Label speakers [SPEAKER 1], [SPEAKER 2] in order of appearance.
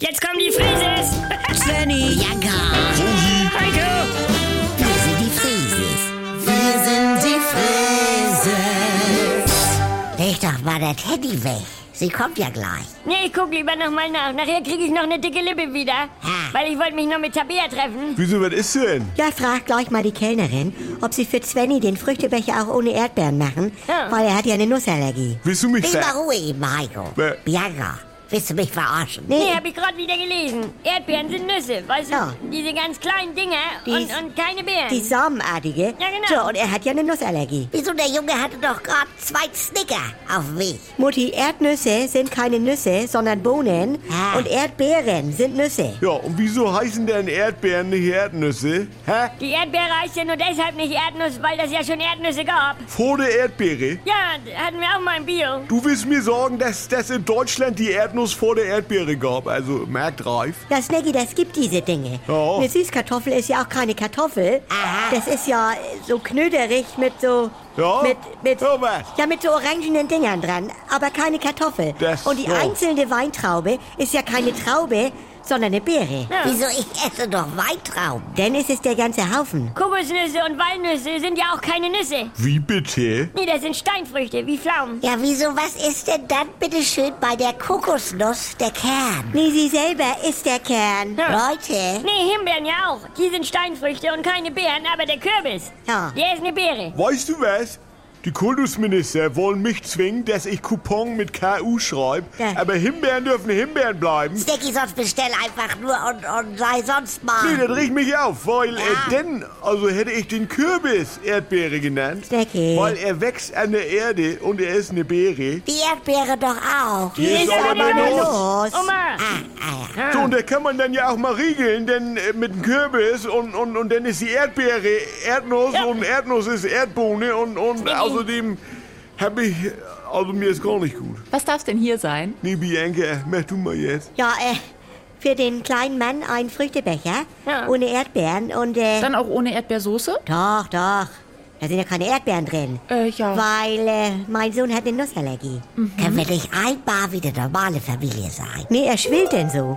[SPEAKER 1] Jetzt kommen die Frises!
[SPEAKER 2] Svenny,
[SPEAKER 3] Ja, gar.
[SPEAKER 1] Heiko!
[SPEAKER 3] Wir sind die Frieses. Wir sind die Frieses. Leg doch mal das Handy weg. Sie kommt ja gleich.
[SPEAKER 1] Nee, ich guck lieber nochmal nach. Nachher kriege ich noch eine dicke Lippe wieder.
[SPEAKER 3] Ah.
[SPEAKER 1] Weil ich wollte mich noch mit Tabea treffen.
[SPEAKER 4] Wieso, was ist denn?
[SPEAKER 2] ja, frag gleich mal die Kellnerin, ob sie für Svenny den Früchtebecher auch ohne Erdbeeren machen,
[SPEAKER 1] Ja.
[SPEAKER 2] weil er hat ja eine Nussallergie.
[SPEAKER 4] Willst du mich
[SPEAKER 3] Bin mal
[SPEAKER 4] ver...
[SPEAKER 3] Ruhe eben, Heiko.
[SPEAKER 4] Bäh.
[SPEAKER 3] Bianca, willst du mich verarschen?
[SPEAKER 1] Nee, hab ich gerade wieder gelesen. Erdbeeren sind Nüsse, weißt du?
[SPEAKER 2] Ja.
[SPEAKER 1] Diese ganz kleinen Dinger
[SPEAKER 2] Die-
[SPEAKER 1] und, und keine Beeren.
[SPEAKER 2] Die samenartige.
[SPEAKER 1] Ja, genau.
[SPEAKER 2] So, und er hat ja eine Nussallergie.
[SPEAKER 3] Wieso, der Junge hatte doch gerade zwei Snicker auf dem Weg.
[SPEAKER 2] Mutti, Erdnüsse sind keine Nüsse, sondern Bohnen.
[SPEAKER 3] Ah.
[SPEAKER 2] Und Erdbeeren sind Nüsse.
[SPEAKER 4] Ja, und wieso heißen denn Erdbeeren nicht Erdnüsse? Hä?
[SPEAKER 1] Die Erdbeere heißt ja nur deshalb nicht Erdnuss, weil das ja schon Erdnüsse gab.
[SPEAKER 4] Frohe Erdbeere?
[SPEAKER 1] Ja, hatten wir auch mal im Bio.
[SPEAKER 4] Du willst mir sorgen, dass das in Deutschland die Erdnuss vor der Erdbeere gab. Also, marktreif.
[SPEAKER 2] Ja, Snaggy, das gibt diese Dinge.
[SPEAKER 4] Ja.
[SPEAKER 2] Eine Süßkartoffel ist ja auch keine Kartoffel.
[SPEAKER 3] Aha.
[SPEAKER 2] Das ist ja äh, so knöderig mit so...
[SPEAKER 4] Ja?
[SPEAKER 2] Mit, mit,
[SPEAKER 4] Ja, was?
[SPEAKER 2] ja, mit so orangenen Dingern dran, aber keine Kartoffel.
[SPEAKER 4] Das-
[SPEAKER 2] Und die
[SPEAKER 4] ja.
[SPEAKER 2] einzelne Weintraube ist ja keine Traube, sondern eine Beere.
[SPEAKER 1] Ja.
[SPEAKER 3] Wieso, ich esse doch Weintrauben.
[SPEAKER 2] Denn es ist der ganze Haufen.
[SPEAKER 1] Kokosnüsse und Walnüsse sind ja auch keine Nüsse.
[SPEAKER 4] Wie bitte?
[SPEAKER 1] Nee, das sind Steinfrüchte, wie Pflaumen.
[SPEAKER 3] Ja, wieso, was ist denn dann bitte schön bei der Kokosnuss der Kern?
[SPEAKER 2] Nee, sie selber ist der Kern.
[SPEAKER 1] Ja.
[SPEAKER 3] Leute,
[SPEAKER 1] Nee, Himbeeren ja auch. Die sind Steinfrüchte und keine Beeren, aber der Kürbis,
[SPEAKER 2] Ja.
[SPEAKER 1] der ist eine Beere.
[SPEAKER 4] Weißt du was? Die Kultusminister wollen mich zwingen, dass ich Coupon mit KU schreibe.
[SPEAKER 2] Ja.
[SPEAKER 4] Aber Himbeeren dürfen Himbeeren bleiben.
[SPEAKER 3] Snacky, sonst bestell einfach nur und, und sei sonst mal.
[SPEAKER 4] Nee, das regt mich auf, weil äh, denn, also hätte ich den Kürbis Erdbeere genannt.
[SPEAKER 2] Snacki.
[SPEAKER 4] Weil er wächst an der Erde und er ist eine Beere.
[SPEAKER 3] Die Erdbeere doch auch.
[SPEAKER 4] Die ist aber
[SPEAKER 1] eine
[SPEAKER 4] eine
[SPEAKER 1] Nuss.
[SPEAKER 2] Nuss.
[SPEAKER 5] Oh
[SPEAKER 1] Oma,
[SPEAKER 3] Ah, ah, ja.
[SPEAKER 4] So, und da kann man dann ja auch mal riegeln, denn äh, mit dem Kürbis und, und, und dann ist die Erdbeere Erdnuss
[SPEAKER 1] Ja.
[SPEAKER 4] und Erdnuss ist Erdbohne und, und
[SPEAKER 1] Snickers.
[SPEAKER 4] außerdem habe ich, also mir ist gar nicht gut.
[SPEAKER 5] Was darf's denn hier sein?
[SPEAKER 4] Nee, Bianca, mach du mal jetzt.
[SPEAKER 2] Ja, äh, für den kleinen Mann ein Früchtebecher
[SPEAKER 1] Ja.
[SPEAKER 2] ohne Erdbeeren und äh,
[SPEAKER 5] Dann auch ohne Erdbeersoße?
[SPEAKER 2] doch, doch. Da sind ja keine Erdbeeren drin.
[SPEAKER 5] Äh, ja. Mhm.
[SPEAKER 2] Weil äh, mein Sohn hat eine Nussallergie.
[SPEAKER 3] Können wir nicht einmal wie eine normale Familie sein?
[SPEAKER 2] Nee, er schwillt denn so.